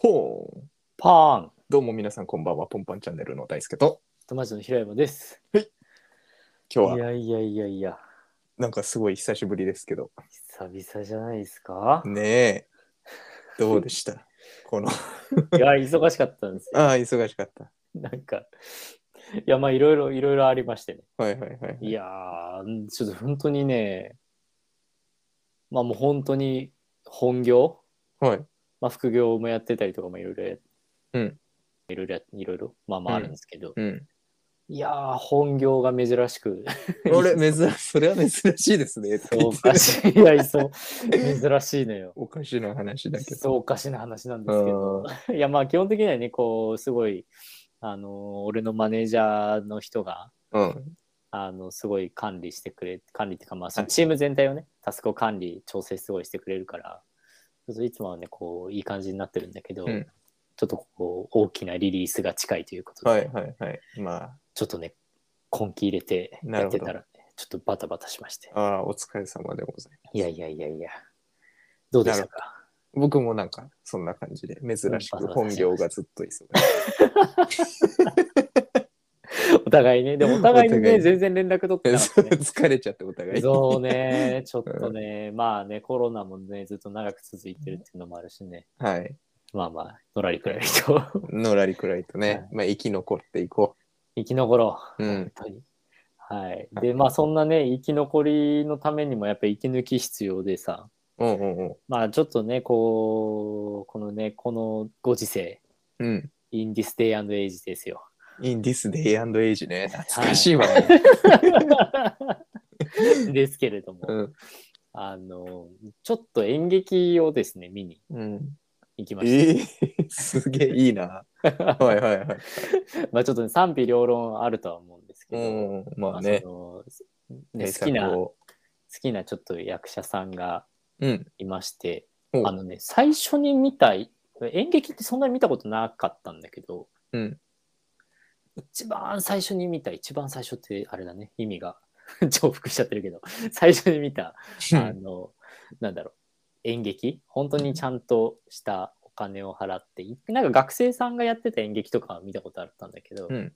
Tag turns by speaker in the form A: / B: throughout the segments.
A: ほーん。
B: パーン
A: どうも皆さんこんばんは、ポンパンチャンネルの大輔と、
B: 友達の平山です。
A: 今
B: い
A: 日は
B: やいやいやいや、
A: なんかすごい久しぶりですけど、
B: 久々じゃないですか
A: ねえ、どうでした この、
B: いや、忙しかったんですよ。
A: ああ、忙しかった。
B: なんか、いや、まあいろいろいろいろありましてね。
A: はいはいはい。
B: いやー、ちょっと本当にね、まあもう本当に本業、
A: はい。
B: まあ副業もやってたりとかもいろいろや、
A: うん
B: いろいろやいろいろ、まあまああるんですけど、
A: うん。
B: いやー、本業が珍しく、
A: 俺、珍しい、それは珍しいですね。って
B: そう
A: 言
B: お
A: っ
B: か
A: て
B: しい、いや、いそう、珍しいのよ。
A: おかしな話だけど。
B: そうおかしな話なんですけど。
A: うん
B: いやまあ基本的にはねこうすごいあの俺のマネージャーの人が
A: うん。
B: あのすごい管理してくれ管理っていうかまあその
A: はい
B: チーム全体をねタスクを管理調整すごいしてくれるからちょっといつもはねこういい感じになってるんだけど、
A: うん
B: ちょっとこう大きなリリースが近いということで、
A: はいはいはい。ま
B: ちょっとね根気入れて
A: な
B: や
A: る
B: っ
A: ほど
B: てたら、ね、ちょっとバタバタしまして
A: あ、ああ、お疲れ様でございます。
B: いやいやいやいやどうでしたか
A: 僕もなんか、そんな感じで、珍しく本業がずっと忙しい。
B: お互いねでもお互いに
A: お互
B: ね
A: い
B: 全然連絡取ってなかったね
A: 疲れちゃってお互い。
B: そ うね、ちょっとね、まあね、コロナもね、ずっと長く続いてるっていうのもあるしね、
A: はい。
B: まあまあ、のらりくらりと
A: のらりくらいとね、
B: はい
A: まあ生き残っていこ
B: 生き残ろう、
A: うん
B: 本当に。はい。で、まあそんなね、生き残りのためにもやっぱり息抜き必要でさ、
A: う。うんうんうん。
B: まあちょっとね、こう、このね、このご時世、
A: うん。
B: in this day and age ですよ。
A: in this day and age ね。懐かしいわ、ね
B: ですけれども、
A: うん
B: あの、ちょっと演劇をですね、見に
A: うん。
B: 行きました。
A: えー、すげえいいな。はいはいはい。
B: まあちょっと、ね、賛否両論あるとは思うんですけ
A: う
B: ど、
A: ん。ま
B: ま
A: あ
B: あ
A: ね。
B: その
A: 名
B: ね好
A: 作
B: きな好
A: を
B: きなちょっと役者さんが
A: うん。
B: いまして
A: お
B: あのね最初に見た演劇ってそんなに見たことなかったんだけど
A: うん。
B: 一番最初に見た一番最初ってあれだね意味が 重複しちゃってるけど最初に見たあのなんだろう演劇本当にちゃんとしたお金を払ってなんか学生さんがやってた演劇とかは見たことあったんだけ ど、
A: うん。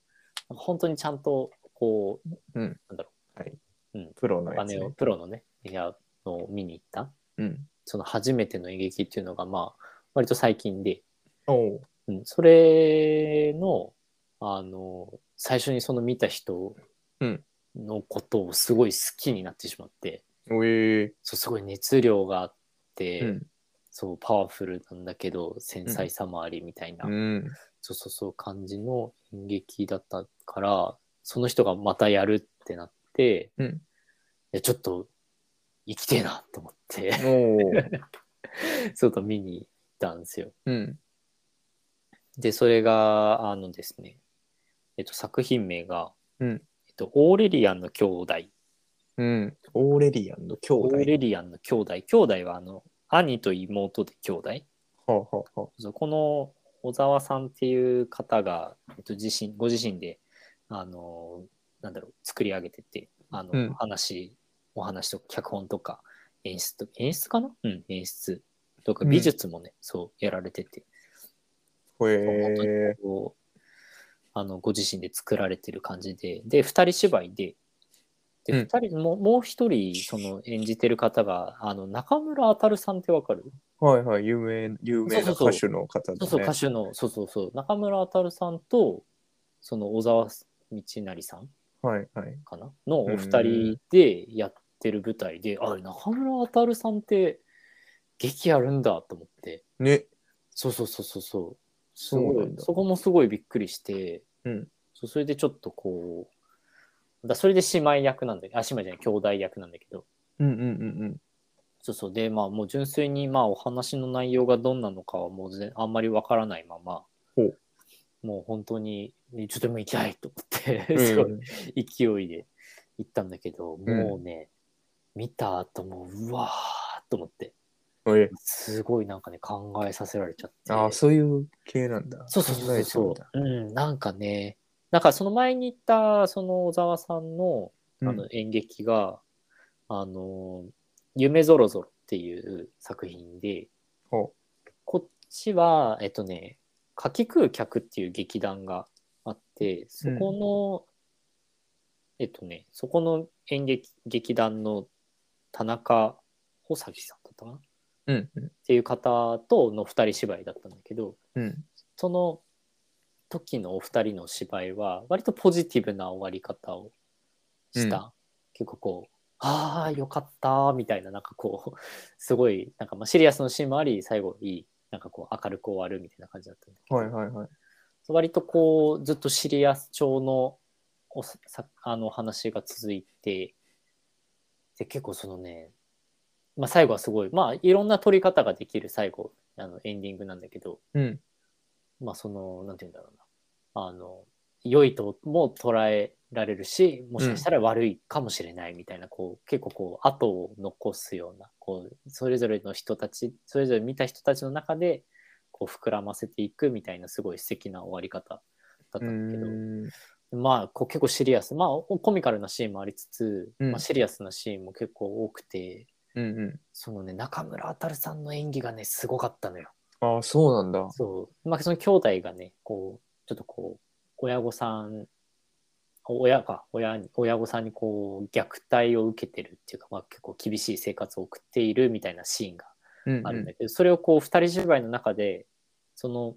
B: 本当にちゃんとこ
A: う
B: う
A: ん。
B: なんだろ
A: はい。
B: うん
A: プロの
B: お
A: やつ、
B: 金
A: ね
B: を。プロのね部屋を見に行った
A: うん。
B: その初めての演劇っていうのがまあ割と最近で、
A: おう
B: うん、それのあの最初にその見た人
A: うん
B: のことをすごい好きになってしまって、
A: おえ
B: そうすごい熱量があって、
A: ー。うん。
B: そうパワフルなんだけど繊細さもありみたいな、
A: うん。
B: そうそうそう感じの演劇だったからその人がまたやるってなって、
A: うん
B: いやちょっと生きてえなと思って。
A: おう。
B: ちょっと見に行ったんですよ。
A: うん。
B: で、それが、あのですね、えっと、作品名が、
A: うん
B: えっと、オーレリアンの兄弟。
A: うん。オーレリアンの兄
B: オ
A: 弟
B: ー。レリアンの兄弟。兄弟は、あの、兄と妹で兄弟。
A: はあはあはあ
B: そうこの小沢さんっていう方が、えっと、自身ご自身で、あの、なんだろう、作り上げてて、あの、
A: うん
B: 話、お話とか脚本とか、演出と、演出かなうん、演出とか、
A: うん
B: 美術もね、そう、やられてて。
A: ほ
B: 本当
A: え
B: にこうあのご自身で作られてる感じでで2人芝居でで
A: うん
B: 2人も,、うもう1人その演じてる方があの中村あたるさんってわかる、
A: ー。はいはい。有名、有名な歌手の方だね。
B: そうそう歌手のそうそうそう中村あたるさんとその小沢道成さん
A: はいはい。
B: かなのお二人でやってる舞台で、あ中村あたるさんって劇やるんだと思って
A: ね。
B: そうそうそうそうそう。す
A: そう
B: ご
A: ないんだ
B: そこもすごいびっくりして、
A: うん
B: そうそれでちょっとこう、だそれで姉妹役なんだけど、あ、姉妹じゃない、兄弟役なんだけど、
A: うんうんうんうん。
B: そうそう、で、まあもう純粋に、まあお話の内容がどんなのかはもうぜあんまりわからないまま
A: ほう、
B: もう本当に、ねちょっともう行きたいと思って、
A: う
B: すごい
A: ん
B: 勢いで行ったんだけど、もうね、見た後もう、うわーっと思って、
A: おい
B: すごいなんかね、考えさせられちゃって。
A: ああ、そういう系なんだ。
B: そうそうそうそう
A: 考えちゃ
B: う。ん、なんかね、なんかその前に行った、その小沢さんのあ
A: うんだ。
B: の演劇が、あの、夢ぞろぞろっていう作品で、
A: ほ
B: こちは、えっとね、かき食う客っていう劇団があって、そこの、えっとね、そこの演劇劇団の田中穂崎さんだったかなっ
A: うんうん
B: ていう方との二人芝居だったんだけど、
A: うん
B: その時のお二人の芝居は割とポジティブな終わり方をした、
A: う
B: 結構こう「ああよかった」みたいななんかこうすごいなんかまあシリアスのシーンもあり最後いいなんかこう明るく終わるみたいな感じだったんだけど、
A: はいはいはい。
B: 割とこうずっとシリアス調のおさあの話が続いてで結構そのね、まあ、最後はすごいまあいろんな撮り方ができる最後あのエンディングなんだけど、
A: うん
B: まあその、なんて言うんだろうな。あの、良いとも捉えられるし、もしかしたら悪いかもしれないみたいな、こう、結構こう、後を残すような、こう、それぞれの人たち、それぞれ見た人たちの中で、こう、膨らませていくみたいな、すごい素敵な終わり方だった
A: うん
B: だけど、
A: ん
B: まあ、こう結構シリアス、まあ、おコミカルなシーンもありつつ、
A: うん
B: まあ、シリアスなシーンも結構多くて、
A: うんうん。
B: そのね、中村あたるさんの演技がね、すごかったのよ。
A: ああ、そうなんだ。
B: そう。まあ、その兄弟がね、こう、ちょっとこう、親御さん、親か、親に、親御さんにこう、虐待を受けてるっていうか、まあ、結構厳しい生活を送っているみたいなシーンが
A: うんうん
B: あるんだけど、それをこう、二人芝居の中で、その、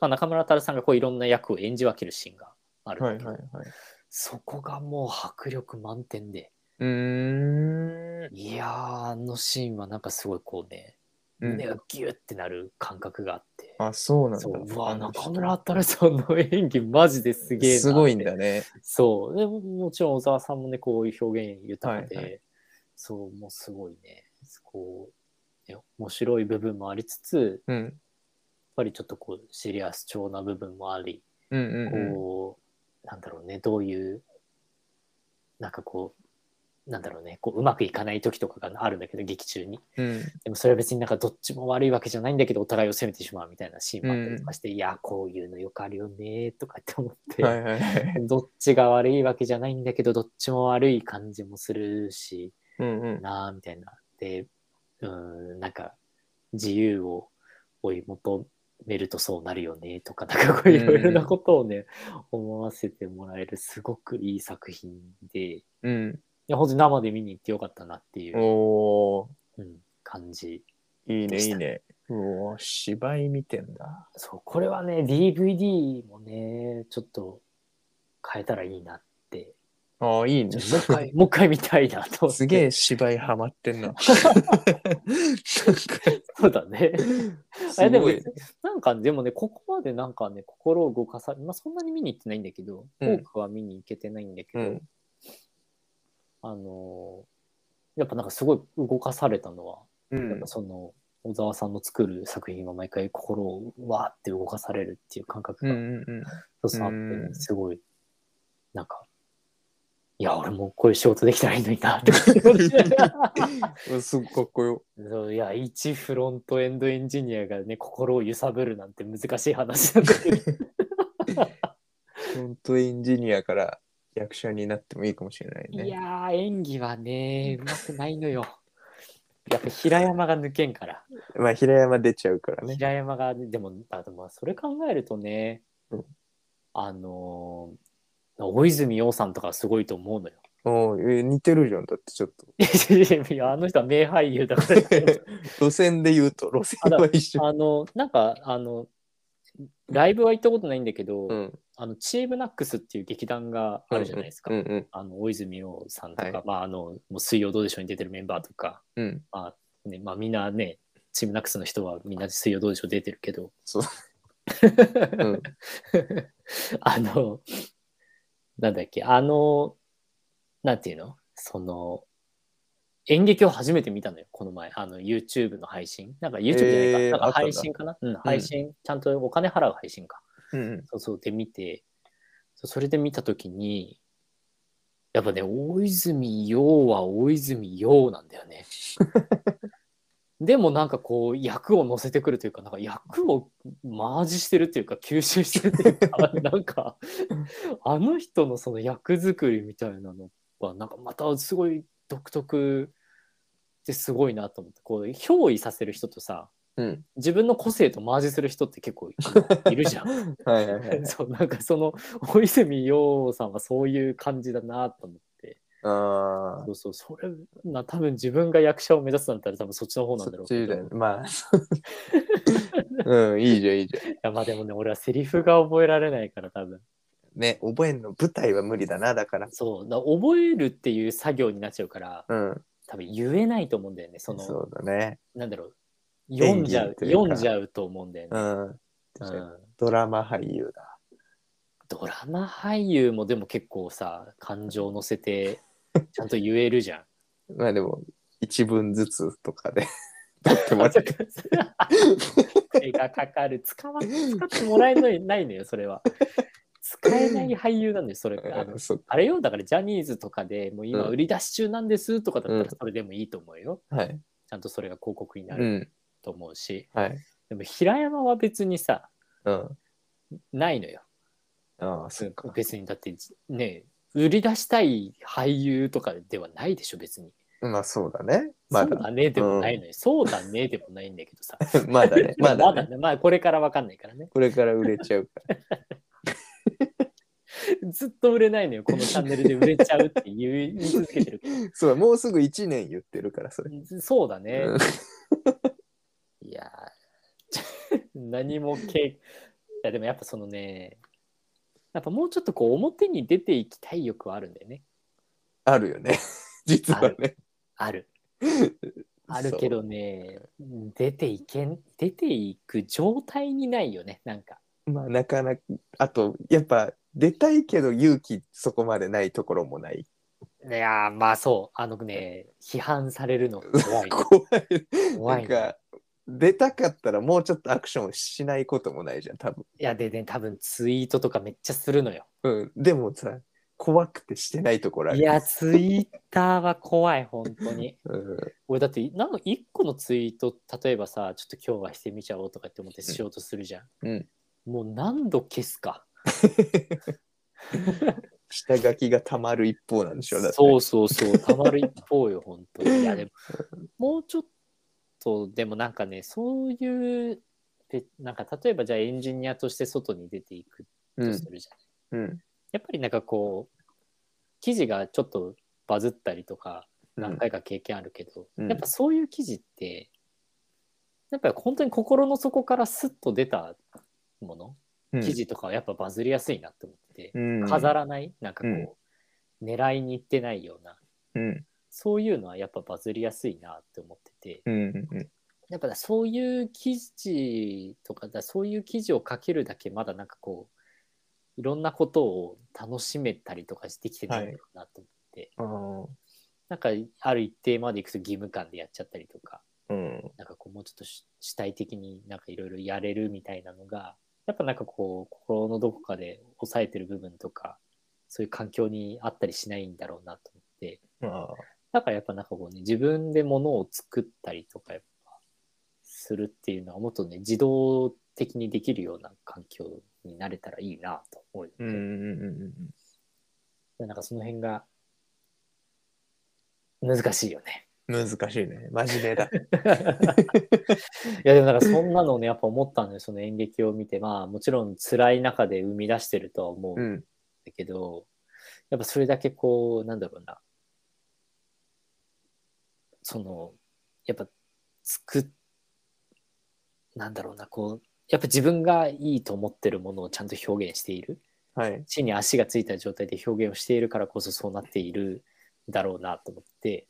B: まあ、中村太さんがこう、いろんな役を演じ分けるシーンがあるん
A: は
B: だ
A: い
B: けど、
A: はいはい。
B: そこがもう迫力満点で、
A: うーん。
B: いやー、あのシーンはなんかすごいこうね、
A: うん
B: 胸がギュってなる感覚があって、
A: あ、そうなんだ。
B: そうう
A: あ
B: わ
A: の人
B: 中村太郎さんの演技マジですげえなって
A: すごいんだね。
B: そうでももちろん小沢さんもねこういう表現豊かで、
A: はいは
B: そうもうすごいねこうね面白い部分もありつつやっ
A: うん。
B: ぱりちょっとこうシリアス調な部分もあり
A: うんうん
B: こう、なんだろうねどういうなんかこうなんだろうねこううまくいかない時とかがあるんだけど劇中に
A: うん。うん
B: でもそれは別になんかどっちも悪いわけじゃないんだけどお互いを責めてしまうみたいなシーンもあったりとかして、いやこういうのよくあるよねとかって思って、
A: はいはいはい。
B: どっちが悪いわけじゃないんだけどどっちも悪い感じもするし
A: うんうん。
B: なあみたいなでうんなんか自由を追い求めるとそうなるよねとかなんかこういろいろなことをね、思わせてもらえるすごくいい作品でい
A: うん。
B: や本当に生で見に行ってよかったなっていう、
A: お
B: うん、感じ。
A: ー、いい
B: ど
A: ね
B: うし
A: い
B: た
A: いね。うお芝居見てんだ。
B: そう、これはね、DVD もね、ちょっと変えたらいいなって。
A: ああ、いいね
B: ちょ。もう 一回、もう一回見たいなと思って。
A: すげえ芝居ハマって んな。
B: そうだね。
A: す
B: あれでも
A: ごい。、
B: なんか、でもね、ここまでなんかね、心を動かさ、まあそんなに見に行ってないんだけど、
A: うん
B: 多くは見に行けてないんだけ
A: う
B: ど、
A: ん。
B: あのーやっぱなんかすごい動かされたのは、
A: う
B: やっ
A: ん
B: ぱ。その、小沢さんの作る作品は毎回心をわーって動かされるっていう感覚
A: うん
B: が
A: うん
B: そうそうあってね、
A: うん
B: すごい、なんか、いや、俺もこういう仕事できたらいいのになって思って
A: うん。すごいかっこよ。
B: そういや、一フロントエンドエンジニアがね、心を揺さぶるなんて難しい話なんだけ ど、
A: フロントエンジニアから役者になってもいいかもしれない
B: い
A: ね。
B: やー、演技はね、うまくないのよ。やっぱ平山が抜けんから。
A: まあ、平山出ちゃうからね。
B: 平山が、でも、あでもそれ考えるとね、
A: うん
B: あのー大泉洋さんとかすごいと思うのよ。
A: おうえ似てるじゃん。だってちょっと。
B: いや、あの人は名俳優だから。
A: 路線で言うと、路線は一緒。
B: あの、なんか、あの、ライブは行ったことないんだけど、
A: うん。
B: あのチームナックスっていう劇団があるじゃないですか。
A: うんうん
B: あの大泉洋さんとか、
A: はい
B: まあ、あのもう水曜どうでしょうに出てるメンバーとか、
A: うん。
B: ねまあ、みんなね、チームナックスの人はみんな水曜どうでしょう出てるけど、
A: そう。うん。
B: あの、なんだっけ、あの、なんていうのその、演劇を初めて見たのよ、この前。あの、YouTube の配信。なんか YouTube じゃないか。
A: えー
B: なん
A: あったん
B: か
A: だ
B: 配信かなうん、配信、ちゃんとお金払う配信か。
A: うん
B: そうそう、で見て、そうそれで見たときに、やっぱね、大泉洋は大泉洋なんだよね。でもなんかこう役を乗せてくるというかなんか役をマージしてるというか吸収してるというかなんかあの人のその役作りみたいなのはなんかまたすごい独特ですごいなと思ってこう憑依させる人とさ
A: うん。
B: 自分の個性とマージする人って結構いいるじゃん。
A: はいはいはい。
B: そうなんかその大泉洋さんはそういう感じだなと思って
A: あ
B: そうそうそれな多分自分が役者を目指すなんだったら多分そっちの
A: あ。
B: 方なんだ
A: そ
B: ろ
A: っ
B: うけ
A: ちだ
B: どい
A: よね。まあ。 うん、いいじゃん、いいじゃん。
B: やまあでもね俺はセリフが覚えられないから多分
A: ね、覚えんの、舞台は無理だな、だから。
B: そうだ覚えるっていう作業になっちゃうから
A: うん。
B: 多分言えないと思うんだよねその
A: そうだね。
B: なんだろう読んじゃ
A: 演技とい
B: う
A: うか
B: 読んじゃうと思うんだよ
A: う
B: ね、
A: ん。
B: うん
A: 確かにドラマ俳優だ。
B: ドラマ俳優もでも結構さ感情乗せてちゃんと言えるじゃん
A: まあでも、一文ずつとかで 取 ってもらっ
B: 手
A: て。
B: がかかる使わ使ってもらえないないのよそれは使えない俳優なんだよそれあの
A: うんそっ
B: あれよだからジャニーズとかでもう今
A: うん
B: 売り出し中なんですとかだった
A: うん
B: らそれでもいいと思うよ、
A: かはい。
B: ちゃんとそれが広告にな
A: う
B: る
A: ん。
B: と思うし、
A: はい。
B: でも平山は別にさ
A: うん。
B: ないのよ
A: ああ、そっか。
B: 別にだってね売り出したい俳優とかではないでしょ別に、
A: まあそうだね。
B: そ
A: ま
B: う
A: だ。
B: だねでもないのよ、そうだねでもないんだけどさ
A: まだね。まだね。
B: まあこれからわかんないからね
A: これから売れちゃうから。
B: ずっと売れないのよ、このチャンネルで売れちゃうって言い言い続けて るけ
A: そうだ、もうすぐ1年言ってるから、それ。
B: ど。そうだね。
A: うん
B: いやー、 何もけいや、でもやっぱそのね、やっぱもうちょっとこう表に出ていきたい欲はあるんだよね。
A: あるよね。 実はね。
B: あ る。あるけどね、出ていけん、出ていく状態にないよね、なんか。
A: そう。まあなかなか、あと、やっぱ出たいけど勇気そこまでないところもない。
B: いやー、まあそう、あの ね、批判されるのが怖い。
A: 怖い。
B: 怖
A: な
B: い
A: ん
B: ね
A: か、出たかったらもうちょっとアクションしないこともないじゃん、多分。
B: いや、でね、多分ツイートとかめっちゃするのよ。
A: うん。でもさ、怖くてしてないところある。
B: いや、ツイッターは怖い、本当に。
A: うん。
B: 俺だって、なんか一個のツイート、例えばさ、ちょっと今日はしてみちゃおうとかって思ってしようとするじゃん。
A: うん
B: もう何度消すか。
A: 下書きがたまる一方なんでしょ、だって。
B: そうそうそう、たまる一方よ、本当 に。いや、でも、もうちょっと、でもなんかね、そういう、でなんか例えばじゃあエンジニアとして外に出ていく
A: う
B: と
A: ん
B: す。るじゃん。
A: うん。
B: やっぱりなんかこう、記事がちょっとバズったりとか、何回か経験あるけど、
A: うん
B: やっぱそういう記事ってやっぱり本当に心の底からスッと出たもの、
A: うん
B: 記事とかはやっぱバズりやすいなって思って、
A: うん
B: 飾らないなんかこ
A: うん
B: う、狙いに行ってないような
A: うん。
B: そういうのはやっぱバズりやすいなって思ってて
A: うん。うん
B: やっぱそういう記事とかだそういう記事を書けるだけまだなんかこういろんなことを楽しめたりとかしてきてないのかなと思って、
A: あ
B: なんかある一定まで行くと義務感でやっちゃったりとか
A: ーうん。
B: なんかこうもうちょっとし主体的になんかいろいろやれるみたいなのがやっぱなんかこう心のどこかで抑えてる部分とかそういう環境にあったりしないんだろうなと思って
A: あ
B: だからやっぱなんかこうね自分で物を作ったりとかやっぱするっていうのはもっとね自動的にできるような環境になれたらいいなと思うよね、
A: ーうんうんうんうん。
B: なんかその辺が難しいよね。
A: 難しいね。真面目 だ。
B: いやでもなんかそんなのをねやっぱ思ったんだよその演劇を見てまあもちろん辛い中で生み出してるとは思うんだ
A: ん。
B: けど、やっぱそれだけこうなんだろうなそのやっぱ作っなんだろうなこうやっぱ自分がいいと思ってるものをちゃんと表現している
A: はい。
B: 地に足がついた状態で表現をしているからこそそうなっているだろうなと思って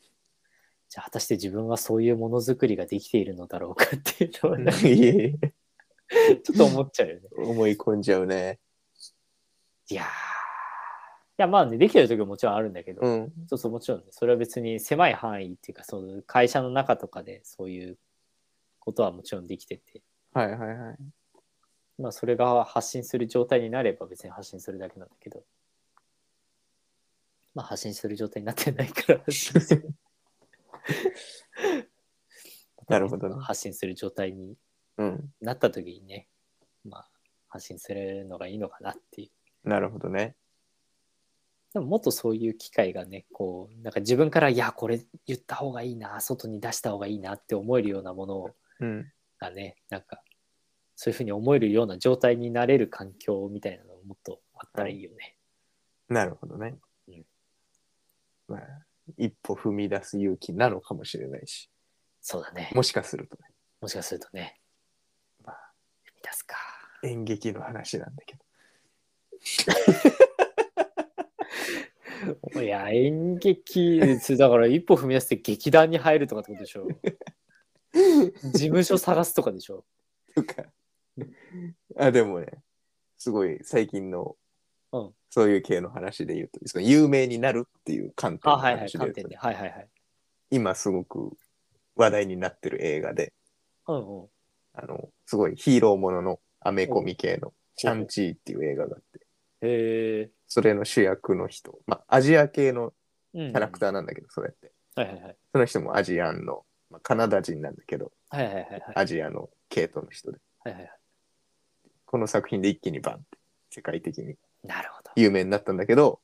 B: じゃあ果たして自分はそういうものづくりができているのだろうかっていうのは、ね、
A: いえいえ
B: ちょっと思っちゃうよね。
A: 思い込んじゃうね。
B: いやーいやまあねできてる時はもちろんあるんだけど、
A: うん。
B: そうそうもちろんね、それは別に狭い範囲っていうかその会社の中とかでそういうことはもちろんできてて、
A: はいはいはい。
B: まあ、それが発信する状態になれば別に発信するだけなんだけど、まあ、発信する状態になってないから発信する
A: なるほどね
B: 発信する状態に
A: うん。
B: なった時にね、まあ、発信するのがいいのかなっていう。
A: なるほどね。
B: でももっとそういう機会がねこうなんか自分からいやこれ言った方がいいな外に出した方がいいなって思えるようなものを
A: うん。
B: がね、なんか、そういうふうに思えるような状態になれる環境みたいなのもっとあったらいいよね。
A: なるほどね。
B: うん
A: まあ、一歩踏み出す勇気なのかもしれない し、
B: そうだね。
A: もしかするとね、
B: もしかするとね、
A: まあ、
B: 踏み出すか。
A: 演劇の話なんだけど。
B: いや、演劇です。だから一歩踏み出して劇団に入るとかってことでしょ。 事務所探すとかでしょ。
A: とか。 あ、でもね、すごい最近の、
B: うん
A: そういう系の話で言うと、その有名になるっていう観 点
B: あ、
A: の
B: はいはい、
A: 話で言う
B: 観
A: と
B: 点で。はいはいはい。
A: 今すごく話題になってる映画で、
B: うんうん。
A: あの、すごいヒーローもののアメコミ系のシャンチーっていう映画があって、
B: え
A: それの主役の人、まあ、アジア系の
B: ー、うん。
A: キャラク
B: ー。
A: ターなんだけど、それって。
B: はいはいはい。
A: その人もアジアンの、まあ、カナダ人なんだけど、
B: はいはいはいはい。
A: アジアの系統の人で、
B: はいはいはい。
A: この作品で一気にバンって世界的に
B: なるほど。
A: 有名になったんだけど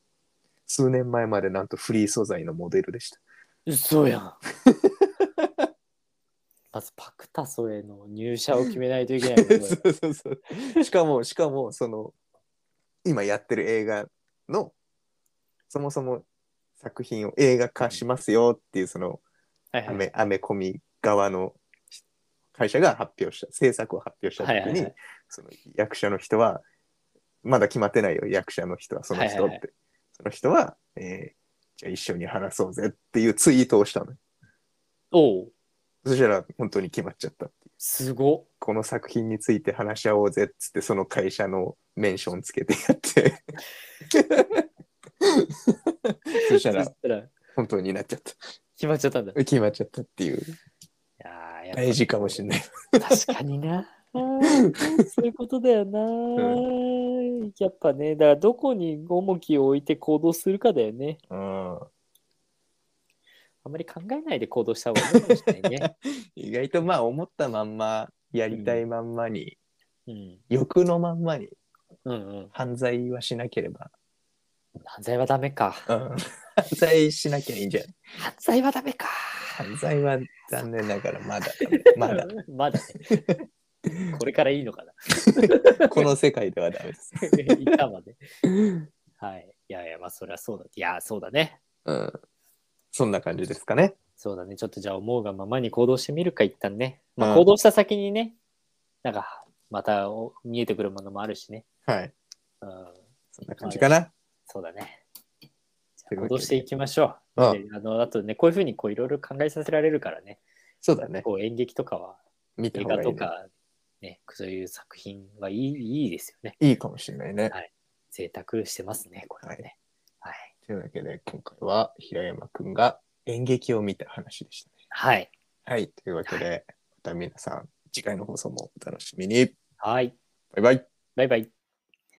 A: 数年前までなんとフリー素材のモデルでした
B: 嘘や ん。まずパクタソへの入社を決めないといけない
A: そ
B: の
A: うそうそうしかもしかもその今やってる映画のそもそも作品を映画化しますよっていうその
B: はい
A: ア
B: はい
A: メアメコミ側の会社が発表した制作を発表した時に、
B: はいはいはい
A: その役者の人はまだ決まってないよ役者の人はその人って、
B: はいはいは
A: その人は、えーじゃあ一緒に話そうぜっていうツイートをしたの
B: おう
A: そしたら本当に決まっちゃった。
B: すご
A: この作品について話し合おうぜっつってその会社のメンションつけてやって。そした
B: そ
A: ら
B: したら
A: 本当になっちゃった。
B: 決まっちゃったんだ。い
A: 決まっちゃったっていう。
B: やーやっぱ
A: 大事かもしれない。
B: 確かにな。あーそういうことだよな、やっぱね、だからどこに重きを置いて行動するかだよね。
A: うん。
B: あんまり考えないで行動した方がいいかもしれないね。
A: 意外とまあ思ったまんま、やりたいまんまに、
B: うん。
A: 欲のまんまに
B: うんうん。
A: 犯罪はしなければ。
B: 犯罪はダメか。
A: 犯罪しなきゃいいんじゃない
B: 犯罪はダメか。
A: 犯罪は残念ながらまだ、まだ、。
B: まだね。これからいいのかな。
A: この世界ではダメです。
B: いたまで。はい。いやいや、まあ、そりゃそうだ。いや、そうだね。
A: うん。そんな感じですかね。
B: そうだね。ちょっとじゃあ思うがままに行動してみるか、一旦ね。ま
A: う
B: あ、
A: ん
B: 行動した先にね、なんか、またお見えてくるものもあるしね。
A: はい。
B: うん。
A: そんな感じかな。
B: そうだね。じ
A: とい
B: ゃ
A: うわけ
B: あ行
A: で
B: 動していきましょう。
A: うん
B: であのあとね、こういうふうにこういろいろ考えさせられるからね。
A: そうだね。
B: こう演劇とかは、
A: 見た
B: 映
A: 方
B: 画
A: がいい、
B: と
A: ね。
B: か、ね、そういう作品はいいいいですよね。
A: いいかもしれないね。
B: はい贅沢してますね、これはね。はい。
A: というわけで、今回は平山くんが演劇を見た話でしたね。
B: はい。
A: はい。というわけで、また皆さん、次回の放送もお楽しみに。
B: はい。
A: バイバイ。
B: バイバイ。